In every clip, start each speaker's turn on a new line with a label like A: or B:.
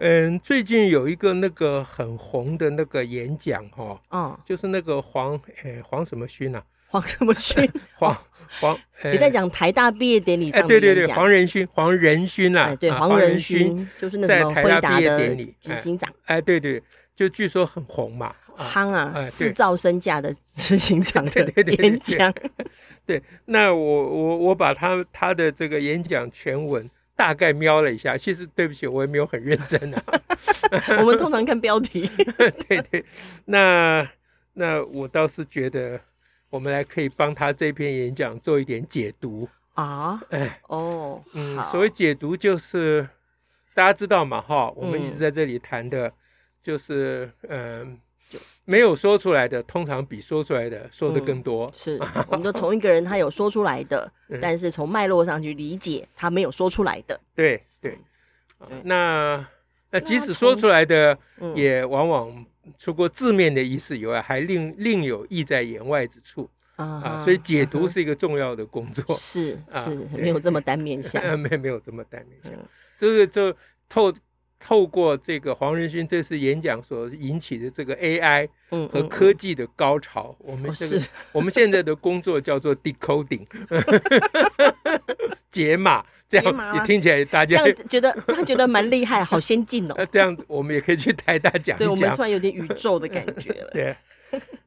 A: 嗯，最近有一个那个很红的那个演讲哈，
B: 哦，
A: 就是那个黄诶黄什么勋啊，
B: 黄什么 勋？
A: 黄黄，
B: 哦
A: 呃
B: 你在讲台大毕业典礼
A: 哎
B: 上的
A: 对对
B: 演
A: 对，
B: 讲
A: 黄仁勋黄仁勋啊
B: 哎，，对，
A: 啊
B: 黄仁勋就是那什么
A: 在台
B: 辉
A: 大
B: 达
A: 毕业
B: 的
A: 典礼
B: 执行长，
A: 哎对对，就据说很红嘛，啊
B: 夯啊，
A: 哎
B: 四
A: 对
B: 兆身价的执行长
A: 对
B: 的
A: 对对对
B: 演讲，
A: 对，那我我我把他他的这个演讲全文大概瞄了一下，其实对不起，我也没有很认真啊。
B: 我们通常看标题。
A: 对对，那那我倒是觉得，我们来可以帮他这篇演讲做一点解读。
B: 啊，
A: 哎，
B: 哦，
A: 嗯，
B: 好
A: 所谓解读就是大家知道嘛，哈，我们一直
B: 嗯
A: 在这里谈的，就是嗯，没有说出来的，通常比说出来的说的
B: 嗯
A: 更多。
B: 是，我们就从一个人他有说出来的，
A: 嗯
B: 但是从脉络上去理解他没有说出来的，
A: 对对，啊
B: 对
A: 那那即
B: 他
A: 使
B: 嗯
A: 说
B: 从
A: 出来的。
B: 嗯，
A: 也往往除过字面的意思以外，还另另有意在言外之处啊，
B: 啊
A: 所以解读是一个重要的工作。
B: 是
A: 啊
B: 是
A: 对
B: 没有这么单面 嗯相，
A: 呃， 没没有这么单面想
B: 嗯，
A: 就是就透透过这个黄仁勋这次演讲所引起的这个 AI
B: 嗯
A: 和
B: 嗯
A: 科技的高潮，我
B: 嗯
A: 们
B: 哦
A: 这个
B: 是
A: 我们现在的工作叫做 decoding，解码，这
B: 解码
A: 样
B: 吗
A: 你听起来大
B: 这
A: 家
B: 样觉得这样觉得蛮厉害，好先 进哦，
A: 呃这样子，我们也可以去台大讲
B: 对我
A: 一
B: 们
A: 讲
B: 突，然有点宇宙的感觉了。
A: 对，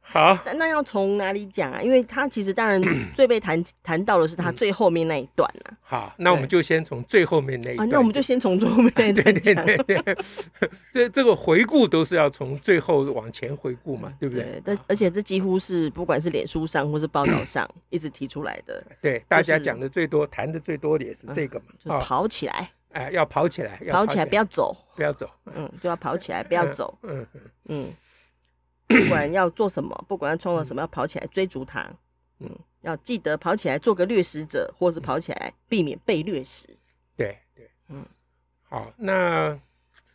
A: 好。
B: 那那要从哪里讲啊？因为他其实当 然最被谈谈到的是他最后面那一段啊。
A: 好，那我们
B: 对
A: 就先从最后面那一
B: 啊
A: 段，
B: 那我们就先从最后面那一
A: 啊对
B: 段讲。
A: 对 对对， 这这个回顾都是要从最后往前回顾嘛，对不啊对？
B: 但而且这几乎是不管是脸书上或是报道上一直提出来的，
A: 对，大家
B: 就是嗯
A: 讲的最多、谈的最多的也是这个嘛，啊
B: 就跑起来，
A: 哎，要跑起来，要
B: 跑起来，不要走，
A: 不要走，
B: 嗯，就要跑起来，不要走，
A: 嗯，嗯
B: 嗯，不管要做什么，不管要创造什么，要跑起来追逐它，嗯，要记得跑起来做个掠食者，或是跑起来避免被掠食。
A: 对对，
B: 嗯
A: 嗯，好，那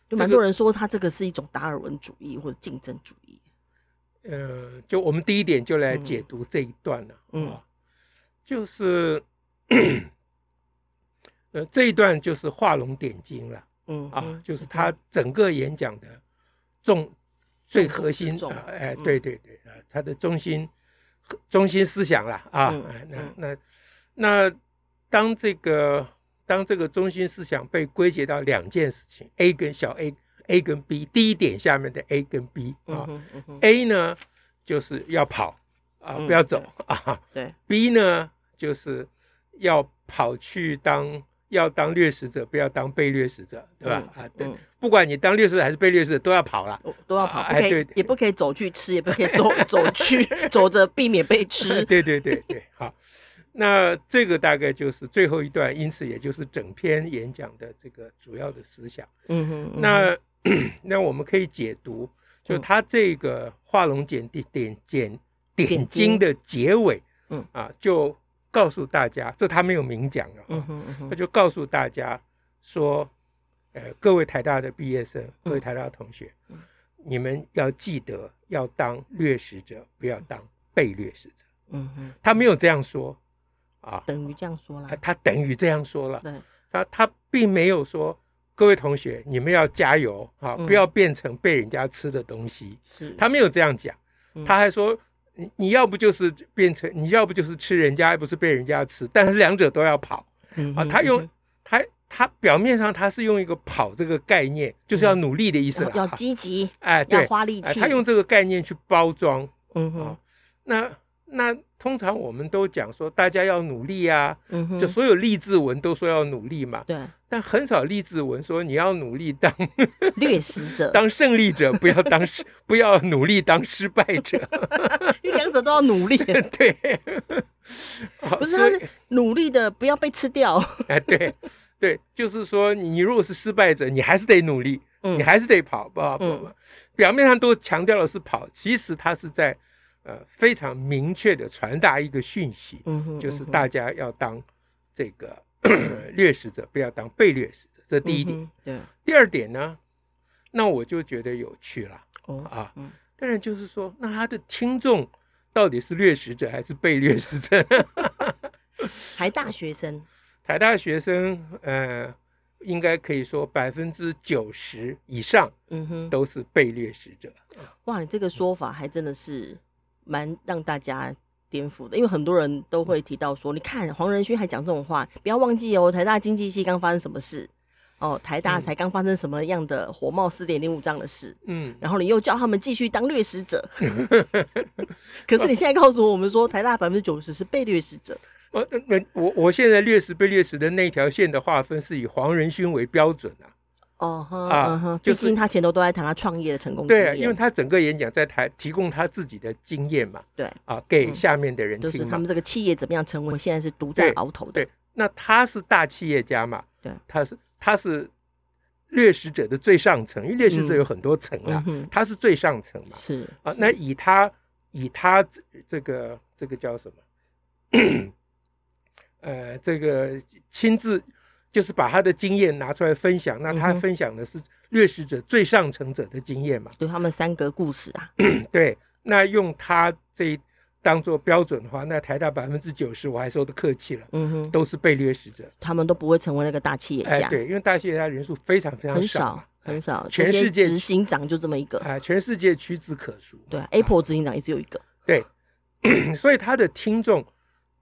B: 就
A: 这
B: 蛮
A: 个
B: 多人说他这个是一种达尔文主义或者竞争主义。
A: 呃，就我们第一点就来
B: 嗯
A: 解读这一段了、
B: 嗯
A: 啊就是 呃这一段就是画龙点睛了。
B: 嗯
A: 啊
B: 哼，
A: 就是他整个演讲的重最
B: 中
A: 核心
B: 之，重
A: 啊哎，
B: 嗯
A: 对对对，啊，他的中心中心思想啦啊，
B: 嗯
A: 哎
B: 嗯
A: 那那那当这个当这个中心思想被归结到两件事情，A 跟小 A A 跟 B，第一点下面的 A 跟 B
B: 嗯
A: 啊
B: 哼嗯哼，
A: ，A 呢就是要跑啊，
B: 嗯
A: 不要走啊
B: 对，
A: ，B 呢就是要跑去当。要当掠食者，不要当被掠食者，对吧？
B: 嗯
A: 啊，对，
B: 嗯
A: 不管你当律师还是被律师，都要跑了。
B: 我都要跑，
A: 啊
B: 不可
A: 哎
B: 以
A: 对，
B: 也不可以走去吃，也 不可以走走去 走着，避免被吃。
A: 对对对对，好。那这个大概就是最后一段，因此也就是整篇演讲的这个主要的思想。
B: 嗯哼，嗯哼
A: 那 那我们可以解读，就
B: 嗯
A: 他这个画龙点地点点
B: 点
A: 点
B: 睛
A: 睛的结尾，
B: 嗯
A: 啊，就告诉大家，这他没有明讲了、啊，
B: 嗯哼嗯哼
A: 他就告诉大家说，呃，各位台大的毕业生，各位台大的同学，
B: 嗯
A: 你们要记得要当掠食者，不要当被掠食者。
B: 嗯哼，
A: 他没有这样说啊，
B: 等于这样说啦
A: 啊，他等于这样说了，
B: 对，
A: 他他并没有说。各位同学，你们要加油啊！
B: 嗯
A: 不要变成被人家吃的东西。
B: 是
A: 他没啊有这样讲
B: 嗯，
A: 他还说你你要不就是变成你要不就是吃人家，要不是被人家吃，但是两者都要跑。
B: 嗯
A: 啊，
B: 哼
A: 他用
B: 嗯
A: 他他表面上他是用一个跑这个概念，就是要努力的意思
B: 哼
A: 了
B: 嗯要要
A: 啊。
B: 积极，
A: 哎，
B: 要
A: 对，
B: 花力
A: 哎
B: 气。
A: 他用这个概念去包装。
B: 嗯哼
A: 啊那那通常我们都讲说大家要努力啊，
B: 嗯哼，
A: 就所有励志文都说要努力嘛，
B: 对
A: 但很少励志文说你要努力当
B: 掠食者，
A: 当胜利者，不要当失，不要努力当失败者。
B: 因为两者都要努力，
A: 对，啊
B: 不是
A: 所
B: 他
A: 以
B: 是努力的， 不要被吃掉。
A: 哎，对对，就是说你如果是失败者，你还是得努力
B: 嗯
A: 你还是得跑，不好不好
B: 嗯
A: 嘛。表面上都强调的是跑，其实它是在呃非常明确的传达一个讯息，
B: 嗯哼，
A: 就是
B: 嗯哼
A: 大家要当这个 掠食者，不要当被掠食者，这第一点。
B: 嗯哼对
A: 第二点呢，那我就觉得有趣了
B: 哦，
A: 啊。
B: 嗯
A: 当然就是说，那他的听众到底是掠食者还是被掠食者？
B: 还大学生，
A: 台大学生，呃，应该可以说百分之九十以上
B: 嗯哼，
A: 都是被掠食者。
B: 哇，你这个说法还真的是蛮让大家颠覆的，因为很多人都
A: 嗯
B: 会提到说，你看黄仁勋还讲这种话，不要忘记哦，台大经济系刚发生什么事，哦，台大才刚发生什么样的火冒四点零五章的事，
A: 嗯，
B: 然后你又叫他们继续当掠食者， 可是你现在告诉我们说，台大百分之九十是被掠食者，
A: 我呃那我我现在掠食被掠食的那条线的划分是以黄仁勋为标准啊。
B: 哦哈，
A: 啊
B: 嗯哼，毕
A: 就是
B: 竟他前头都在谈他创业的成功嗯经
A: 对啊，
B: 验，
A: 因为他整个演讲在台提供他自己的经验嘛，
B: 对
A: 啊，给
B: 嗯
A: 下面的人
B: 就是
A: 听
B: 他
A: 嘛。
B: 们这个企业怎么样成为现在是独占
A: 对
B: 鳌头的
A: 对，那他是大企业家嘛，
B: 对
A: 他是他是掠食者的最上层，因为掠食者
B: 嗯
A: 有很多层啊，
B: 嗯哼
A: 他是最上层嘛。
B: 是
A: 啊，那以他以他这这个这个叫什么？ 呃，这个亲自就是把他的经验拿出来分享。那他
B: 嗯哼
A: 分享的是掠食者最上层者的经 验嘛？
B: 对他们三个故事啊，
A: 对，那用他这一当做标准的话，那台大百分之九十我还说的客气了，
B: 嗯哼，
A: 都是被掠食者。
B: 他们都不会成为那个大企业
A: 哎、
B: 家，
A: 对，因为大企业家人数非常非常
B: 很
A: 少
B: 少哎
A: 嘛，
B: 很少，
A: 全
B: 这些
A: 世界
B: 执行长就这么一个，
A: 啊、全世界屈指可数。
B: 对啊，Apple 执行长也只有一个，
A: 对， 所以他的听众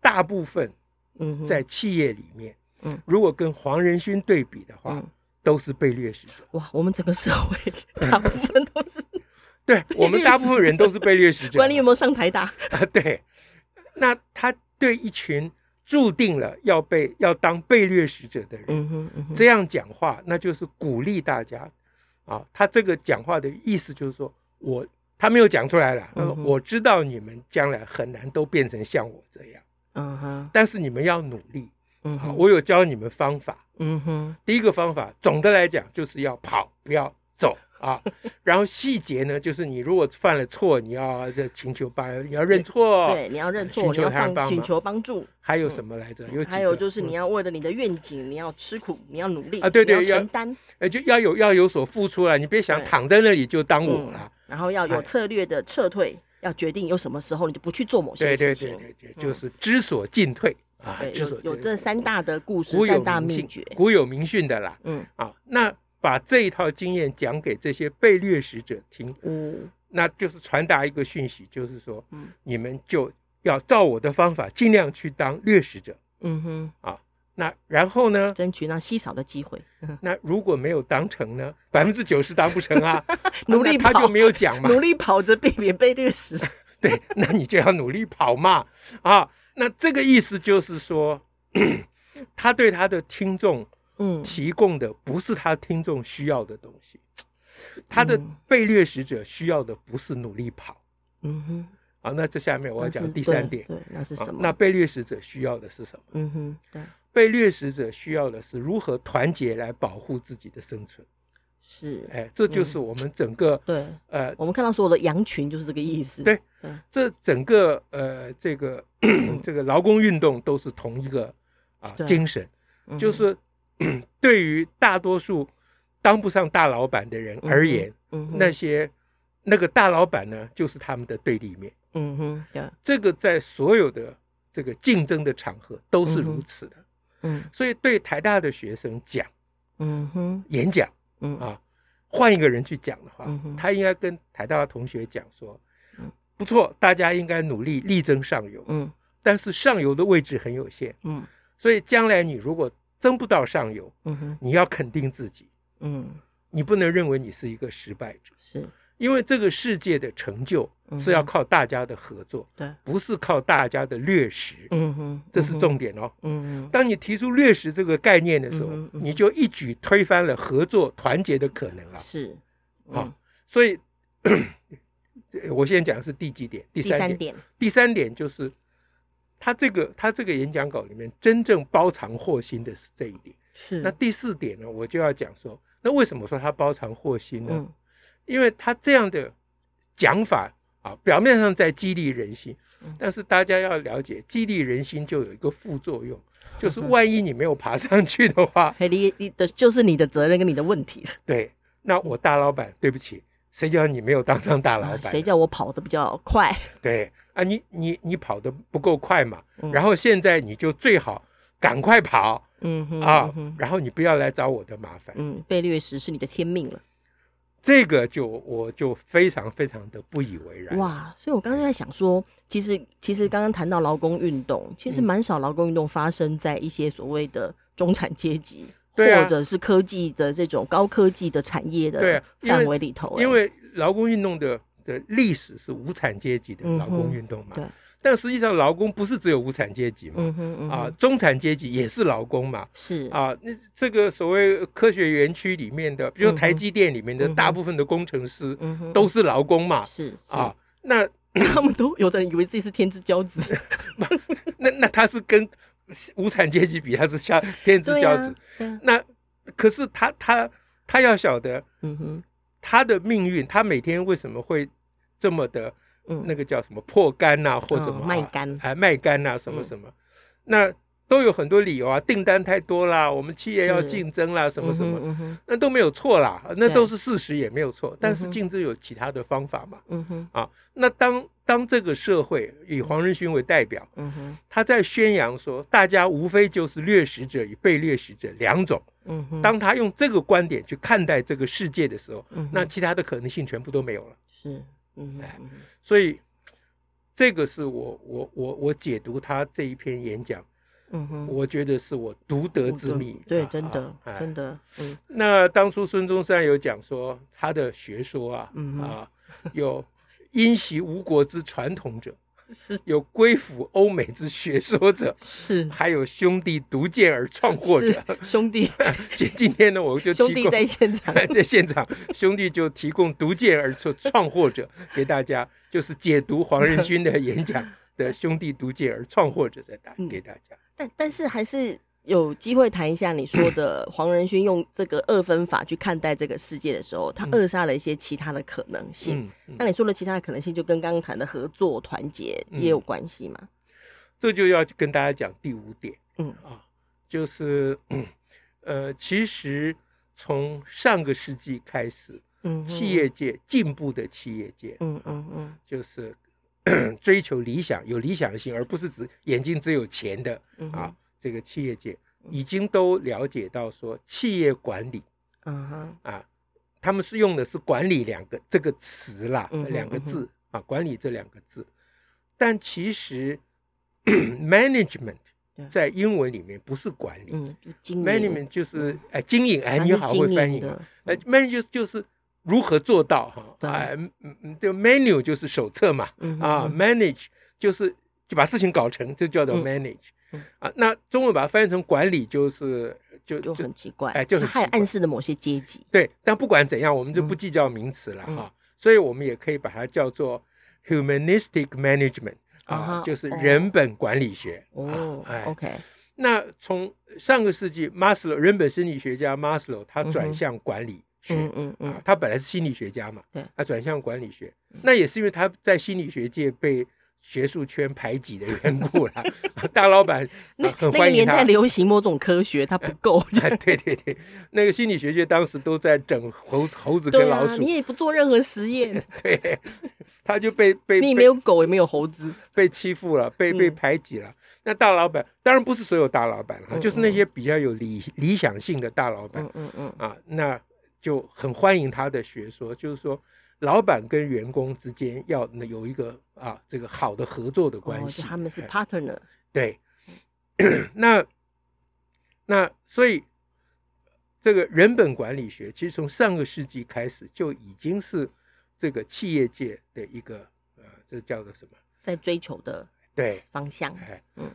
A: 大部分
B: 嗯哼，
A: 在企业里面，
B: 嗯
A: 如果跟黄仁勋对比的话，
B: 嗯
A: 都是被掠食者。
B: 哇，我们整个社 会大部分都是，
A: 对我们大部分人都是被掠食者嘛。
B: 管你有没有上台大，
A: 啊， 对，那他对一群注定了要被要当被掠食者的人，
B: 嗯哼嗯哼，
A: 这样讲话，那就是鼓励大家啊。他这个讲话的意思就是说我他没有讲出来了，他说
B: 嗯哼
A: 我知道你们将来很难都变成像我这样，
B: 嗯哼，
A: 但是你们要努力
B: 嗯
A: 啊。
B: 哼，
A: 我有教你们方法，
B: 嗯哼，
A: 第一个方法，总的来讲就是要跑，不要走啊。 然后细节呢，就是你如果犯了错，你要这请求帮，你要认错。
B: 对，你要认
A: 寻
B: 错，你
A: 求
B: 要
A: 他人
B: 放
A: 帮忙
B: 哦请求帮助，
A: 还有什么来着？有几个
B: 还有就是你
A: 嗯
B: 要为了你的愿景，你要吃苦，你要努力
A: 啊对对
B: 你要
A: 要
B: 承担，
A: 呃就要有要有所付出了，你别想
B: 对嗯
A: 躺在那里就当我了。
B: 然后要有
A: 哎
B: 策略的撤退，要决定有什么时候你就不去做某些
A: 对对
B: 事
A: 对
B: 情。
A: 对对，就是知所进退啊，
B: 嗯对，
A: 知所
B: 有有
A: 进
B: 这
A: 退。
B: 三大的故事
A: 古，有
B: 三大
A: 明
B: 秘
A: 训
B: 诀，。
A: 古有明训的啦
B: 嗯，
A: 啊。那把这一套经验讲给这些被掠食者听，
B: 五
A: 那就是传达一个讯息，就是说，
B: 嗯
A: 你们就要照我的方法，尽量去当掠食者。
B: 嗯哼，
A: 那然后呢？
B: 争取那稀少的机 会，
A: 那如果没有当成呢？百分之九十当不成 啊，
B: 努力
A: 那他
B: 跑
A: 就没有讲嘛。
B: 努力跑着避免被掠 食。
A: 对，那你就要努力跑嘛啊。那这个意思就是说， 他对他的听众
B: 嗯
A: 提供的不是他听众需要的东西，他的
B: 嗯
A: 被掠食者需要的不是努力跑
B: 嗯哼，
A: 啊。那这下面我要
B: 那是
A: 讲第三
B: 对
A: 点，
B: 对，那是
A: 啊
B: 什么？
A: 那被掠食者需要的是什么？
B: 嗯哼，对，
A: 被掠食者需要的是如何团结来保护自己的生存。
B: 是，
A: 哎，这就是我们整个、
B: 嗯对
A: 呃，
B: 我们看到所有的羊群就是这个意思。
A: 对
B: 对，
A: 这整个呃 这个这个劳工运动都是同一个啊、
B: 对
A: 精神，
B: 嗯
A: 就
B: 哼
A: 是对于大多数当不上大老板的人而言，
B: 嗯哼
A: 那些那个大老板呢，就是他们的对立面。
B: 嗯哼，对，
A: 这个在所有的这个竞争的场合都
B: 嗯
A: 是如
B: 哼
A: 此的，
B: 嗯
A: 所以对台大的学生讲
B: 嗯哼，
A: 演讲。
B: 嗯
A: 啊，换一个人去讲的话，
B: 嗯哼
A: 他应该跟台大的同学讲说
B: 嗯，
A: 不错，大家应该努力力争上游，
B: 嗯
A: 但是上游的位置很有限，
B: 嗯
A: 所以将来你如果争不到上游，
B: 嗯哼，
A: 你要肯定自己，
B: 嗯
A: 你不能认为你是一个失败者，
B: 是，
A: 因为这个世界的成就
B: 嗯哼
A: 是要靠大家的合作，
B: 对，
A: 不是靠大家的掠食，
B: 嗯哼，
A: 这是
B: 嗯哼，
A: 重点哦。
B: 嗯
A: 当你提出掠食这个概念的时
B: 嗯
A: 候，
B: 哼嗯哼
A: 你就一举推翻了合作团结的可能了
B: 哼，。是，嗯
A: 啊，所以 这我现在讲的是第几点？第
B: 第
A: 三点。
B: 三
A: 第三点
B: 点，
A: 就是他这个他这个演讲稿里面真正包藏祸心的是这一点。
B: 是
A: 那第四点呢，我就要讲说，那为什么说他包藏祸心呢？
B: 嗯
A: 因为他这样的讲法啊，表面上在激励人心
B: 嗯，
A: 但是大家要了解，激励人心就有一个副 作用，就是万一你没有爬上去的话，
B: 嘿，你你的就是你的责任跟你的问题了。
A: 对，那我大老板，对不起，谁叫你没有当上大老板？
B: 啊谁叫我跑得比较快？
A: 对啊，你你你跑得不够快嘛，
B: 嗯
A: 然后现在你就最好赶快跑
B: 嗯哼
A: 啊
B: 嗯，哼
A: 然后你不要来找我的麻烦。
B: 嗯，被掠食是你的天命了。
A: 这个就我就非常非常的不以为然。
B: 哇！所以我刚刚在想说，其实其实刚刚谈到劳工运动，其实
A: 嗯
B: 蛮少劳工运动发生在一些所谓的中产阶级。
A: 对啊
B: 或者是科技的这种高科技的产业
A: 对
B: 的
A: 啊因为
B: 范围里头、哎
A: 因为劳工运动的的历史是无产阶级的
B: 嗯哼
A: 劳工运动嘛，
B: 对
A: 但实际上劳工不是只有无产阶级嘛，
B: 嗯哼嗯哼嗯
A: 啊，中产阶级也是劳工嘛，
B: 是
A: 啊，那这个所谓科学园区里面的，比
B: 嗯
A: 如
B: 哼
A: 说台积电里面
B: 嗯
A: 的
B: 哼
A: 大部分的工程师
B: 嗯哼
A: 都是劳工嘛，
B: 是啊
A: 啊，，那
B: 他们都有的人以为自己是天之骄 子，
A: 那那他是跟无产阶级比，他是下天之
B: 对
A: 骄
B: 啊
A: 子，，
B: 对啊
A: 那可是他他他要晓得
B: 嗯哼
A: 他的命运，他每天为什么会这么的
B: 嗯
A: 那个叫什么破干呐、或
B: 嗯
A: 什么、啊
B: 卖嗯干
A: 哎卖干呐、什么什么，那都有很多理由啊，订单太多啦，我们企业要
B: 是
A: 竞争啦，什么什么，
B: 嗯哼
A: 那都没有错啦，那
B: 对
A: 都是事实也没有错，但
B: 嗯
A: 是
B: 哼
A: 竞争有其他的方法嘛。
B: 嗯哼
A: 那当当这个社会以黄仁勋为代表，
B: 嗯哼
A: 他在宣扬说，大家无非就是掠食者与被掠食者两种。
B: 嗯哼，
A: 当他用这个观点去看待这个世界的时候，
B: 嗯哼
A: 那其他的可能性全部都没有了。
B: 是嗯哼嗯哼
A: 所以，这个是我我我我解读他这一篇演讲，
B: 嗯哼。
A: 我觉得是我独得之秘。
B: 对，
A: 啊
B: 真的
A: 啊，哎
B: 真的，嗯，
A: 那当初孙中山有讲说，他的学说啊、
B: 嗯哼
A: 啊，有 因袭吴国之传统者，
B: 是
A: 有归附欧美之学说者，
B: 是
A: 还有兄弟独见而创获者。
B: 是，兄弟
A: 今今天呢， 我就
B: 兄
A: 提
B: 弟
A: 供
B: 在现 场，
A: 在现场，兄弟就提供独见而创创 获者给大家，就是解读黄仁勋的演讲的兄弟独见而创获者在大
B: 嗯
A: 给大家。
B: 但但是还是有机会谈一下你说
A: 嗯
B: 的黄仁勋用这个二分法去看待这个世界的时候，他扼杀了一些其他的可能性。
A: 嗯，嗯
B: 那你说的其他的可能性，就跟刚刚谈的合作团结
A: 嗯
B: 也有关系嘛？
A: 这就要跟大家讲第五点，
B: 嗯
A: 啊，就是嗯呃，其实从上个世纪开始，
B: 嗯，
A: 企，业界进步的企业界，
B: 嗯嗯嗯
A: 就是 追求理想、有理想性，而不是只眼睛只有钱的
B: 嗯
A: 啊。这个企业界已经都了解到说，企业管理
B: 嗯哼，
A: 啊，他们是用的是“管理”两个这个词啦，
B: 嗯哼
A: 两个
B: 嗯哼
A: 字啊，管理这两个字。但其实 management
B: 对
A: 在英文里面不是管理、
B: 嗯，就经
A: m a n a g e m e
B: 营
A: n t 就是哎经营，哎
B: 它
A: 你
B: 是
A: 好
B: 经
A: 会翻
B: 营
A: 译啊
B: 的，
A: 呃 menu 就是就是如何做到
B: 对
A: 哈，哎，嗯嗯，就 menu 就是手册嘛，
B: 嗯
A: 啊
B: 嗯
A: ，manage 就是就把事情搞成，这叫做
B: 嗯
A: manage
B: 嗯
A: 啊。那中文把它翻译成管理，就是就
B: 就
A: 就
B: 很奇怪，
A: 哎就很
B: 它还
A: 奇怪
B: 暗示了某些阶级，
A: 对。但不管怎样，我们就
B: 嗯
A: 不计较名词了
B: 嗯
A: 哈，所以我们也可以把它叫做 humanistic management
B: 啊哈
A: 啊，就是
B: 哦
A: 人本管理学
B: 哦
A: 啊，哎
B: ，OK，
A: 那从上个世纪马斯洛人本心理学家马斯洛他
B: 嗯
A: 转
B: 哼
A: 向管理学。
B: 嗯嗯嗯
A: 啊，他本来是心理学家嘛，
B: 对嗯
A: 他转向管理学，那也是因为他在心理学界被学术圈排挤的缘故啦。 啊大老板、
B: 那
A: 呃很
B: 那个
A: 欢迎
B: 年代
A: 他。哎
B: 流行某种科学，它不够，
A: 对对对，那个心理学界当时都在整猴猴子 跟
B: 对啊
A: 老，鼠
B: 你，也不做任何实验，
A: 对,、他就被被
B: 你
A: 被
B: 没有狗也没有猴子，
A: 被欺负了，被被
B: 嗯
A: 排挤了。那大老板当然不是所有大老板了，
B: 嗯
A: 就是那些比较有理理想性的大老板，
B: 嗯嗯嗯
A: 啊，那就很欢迎他的学说，就是说，老板跟员工之间要有一个啊，这个好的合作的关
B: 哦
A: 系。
B: 就他们是
A: 哎
B: partner，
A: 对， 那那所以这个人本管理学，其实从上个世纪开始就已经是这个企业界的一个呃，这叫做什么？
B: 在追求的
A: 对，
B: 方向，
A: 哎，
B: 嗯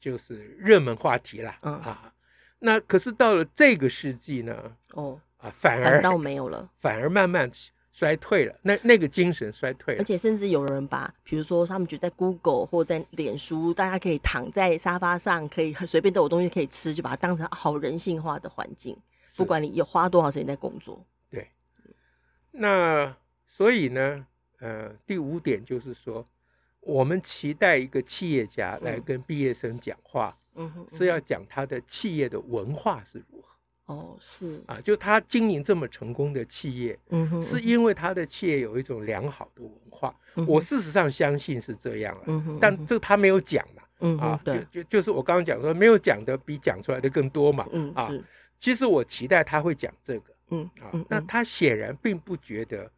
A: 就是热门话题啦、
B: 嗯
A: 啊。那可是到了这个世纪呢，
B: 哦，
A: 啊，反而
B: 反倒没有了，
A: 反而慢慢衰退了，那那个精神衰退
B: 而
A: 了。
B: 且甚至有人把，比如说他们觉得在 Google 或在脸书，大家可以躺在沙发上，可以很随便都有东西可以吃，就把它当成好人性化的环境，不管你有花多少时间在工作，
A: 对，那所以呢，呃，第五点就是说，我们期待一个企业家来跟毕业生讲话，
B: 嗯哼，
A: 是啊要讲他的企业的文化是如何
B: 哦是，
A: 啊，就他经营这么成功的企业，
B: 嗯哼，
A: 是因为他的企业有一种良好的文化。
B: 嗯哼
A: 我事实上相信是这样了，
B: 嗯哼，
A: 但这他没有讲嘛，
B: 嗯哼
A: 啊，就
B: 对，
A: 就就是我刚刚讲说，没有讲的比讲出来的更多嘛，
B: 嗯
A: 啊，
B: 是，
A: 其实我期待他会讲这个。
B: 嗯
A: 啊
B: 嗯，
A: 那他显然并不觉得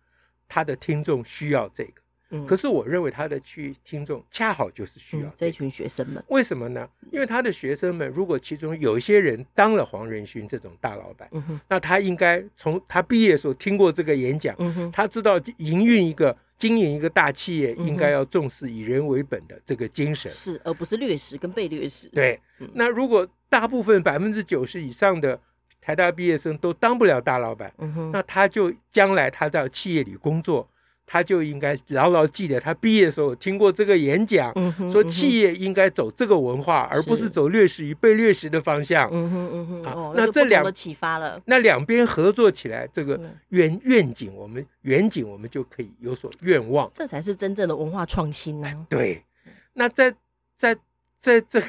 A: 他的听众需要这个，
B: 嗯
A: 可是我认为他的去听众恰好就是需要
B: 嗯这
A: 啊这
B: 一
A: 个。
B: 群学生们，
A: 为什么呢？因为他的学生们，如果其中有一些人当了黄仁勋这种大老板，
B: 嗯哼，
A: 那他应该从他毕业的时候听过这个演讲，
B: 嗯哼，
A: 他知道营运一个、经营一个大企业
B: 嗯哼
A: 应该要重视以人为本的这个精神。
B: 是，而不是掠食跟被掠食，，
A: 对
B: 嗯，
A: 那如果大部分百分之九十以上的台大毕业生都当不了大老板，
B: 嗯哼，
A: 那他就将来他到企业里工作，他就应该牢牢记得他毕业的时候听过这个演讲，
B: 嗯哼，
A: 说
B: 嗯哼
A: 企业应该走这个文化，而不
B: 是
A: 是走掠食与被掠食的方向。
B: 嗯哼嗯哼，
A: 啊
B: 哦，
A: 那
B: 就
A: 这
B: 不同
A: 两
B: 的启发了，
A: 那两边合作起来，这个
B: 嗯
A: 愿愿景，我们远景我们就可以有所愿望。
B: 这才是真正的文化创新啊 呢。
A: 对，
B: 嗯
A: 那在在在这个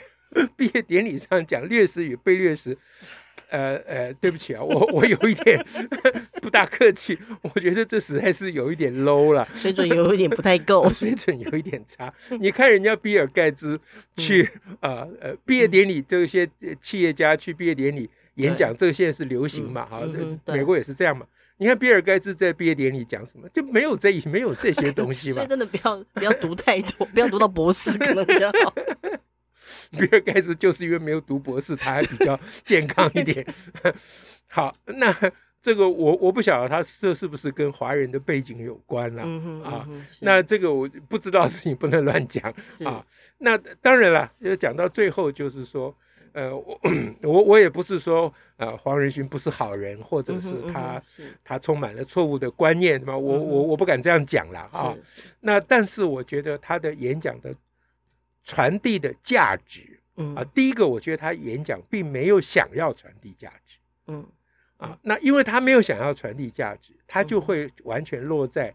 A: 毕业典礼上讲掠食与被掠食，呃呃，对不起啊，我我有一点 不大客气，我觉得这实在是有一点 low 了。，
B: 水准有一点不太够
A: 水准有一点 差。你看人家比尔盖茨
B: 嗯
A: 去呃呃毕业典礼，这些呃企业家去毕业典礼演讲，这个现在是流行嘛？哈
B: 嗯嗯，
A: 这
B: 对
A: 美国也是这样嘛。你看比尔盖茨在毕业典礼讲什么，就没有这没有这些东 西
B: 所
A: 嘛
B: 以。真的不要不要读太多，不要读到博士可能比较 好。
A: 比尔盖茨就是因为没有读博士，他还比较健康 一点。好，那这个我我不晓得他这是不是跟华人的背景有关了、
B: 嗯哼
A: 啊？
B: 嗯哼是
A: 那这个我不知道的事情不能乱讲。
B: 是嗯
A: 啊，那当然了，就讲到最后就是说，呃，我我我也不是说呃黄仁勋不是好人，或者
B: 嗯
A: 是
B: 哼嗯
A: 他、
B: 哼是
A: 他充满了错误的观念嘛，我我我不敢这样讲了啊。
B: 是
A: 那但是我觉得他的演讲的传递的价值
B: 嗯
A: 啊，第一个我觉得他演讲并没有想要传递价值
B: 嗯
A: 啊，那因为他没有想要传递价值，他就会完全落在。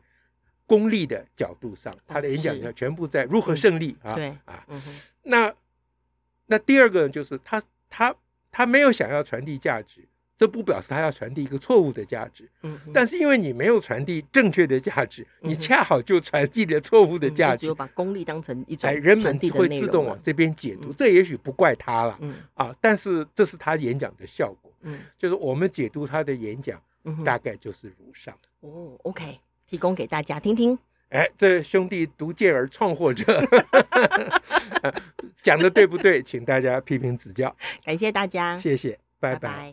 A: 功利的角度上，他的演讲
B: 哦是
A: 全部在如何
B: 嗯
A: 胜利啊
B: 对
A: 啊，
B: 嗯哼
A: 那那第二个就是他他他没有想要传递价值，这不表示他要传递一个错误的价值，
B: 嗯哼，
A: 但是因为你没有传递正确的价值，
B: 嗯
A: 你恰好就传递了错误的
B: 嗯
A: 价
B: 就只有
A: 值，
B: 把功利当成一种
A: 哎，人们
B: 传递的
A: 会
B: 内
A: 自
B: 容
A: 动
B: 了
A: 往这边解读，
B: 嗯
A: 这也许不怪他了
B: 嗯
A: 啊，但是这是他演讲的效果，
B: 嗯
A: 就是我们解读他的演讲
B: 嗯哼
A: 大概就是如上。
B: 哦，OK，提供给大家听听。
A: 哎，这兄弟独戒而创获者， 讲的对不对？请大家批评指教，
B: 感谢大家，
A: 谢谢，拜
B: 拜拜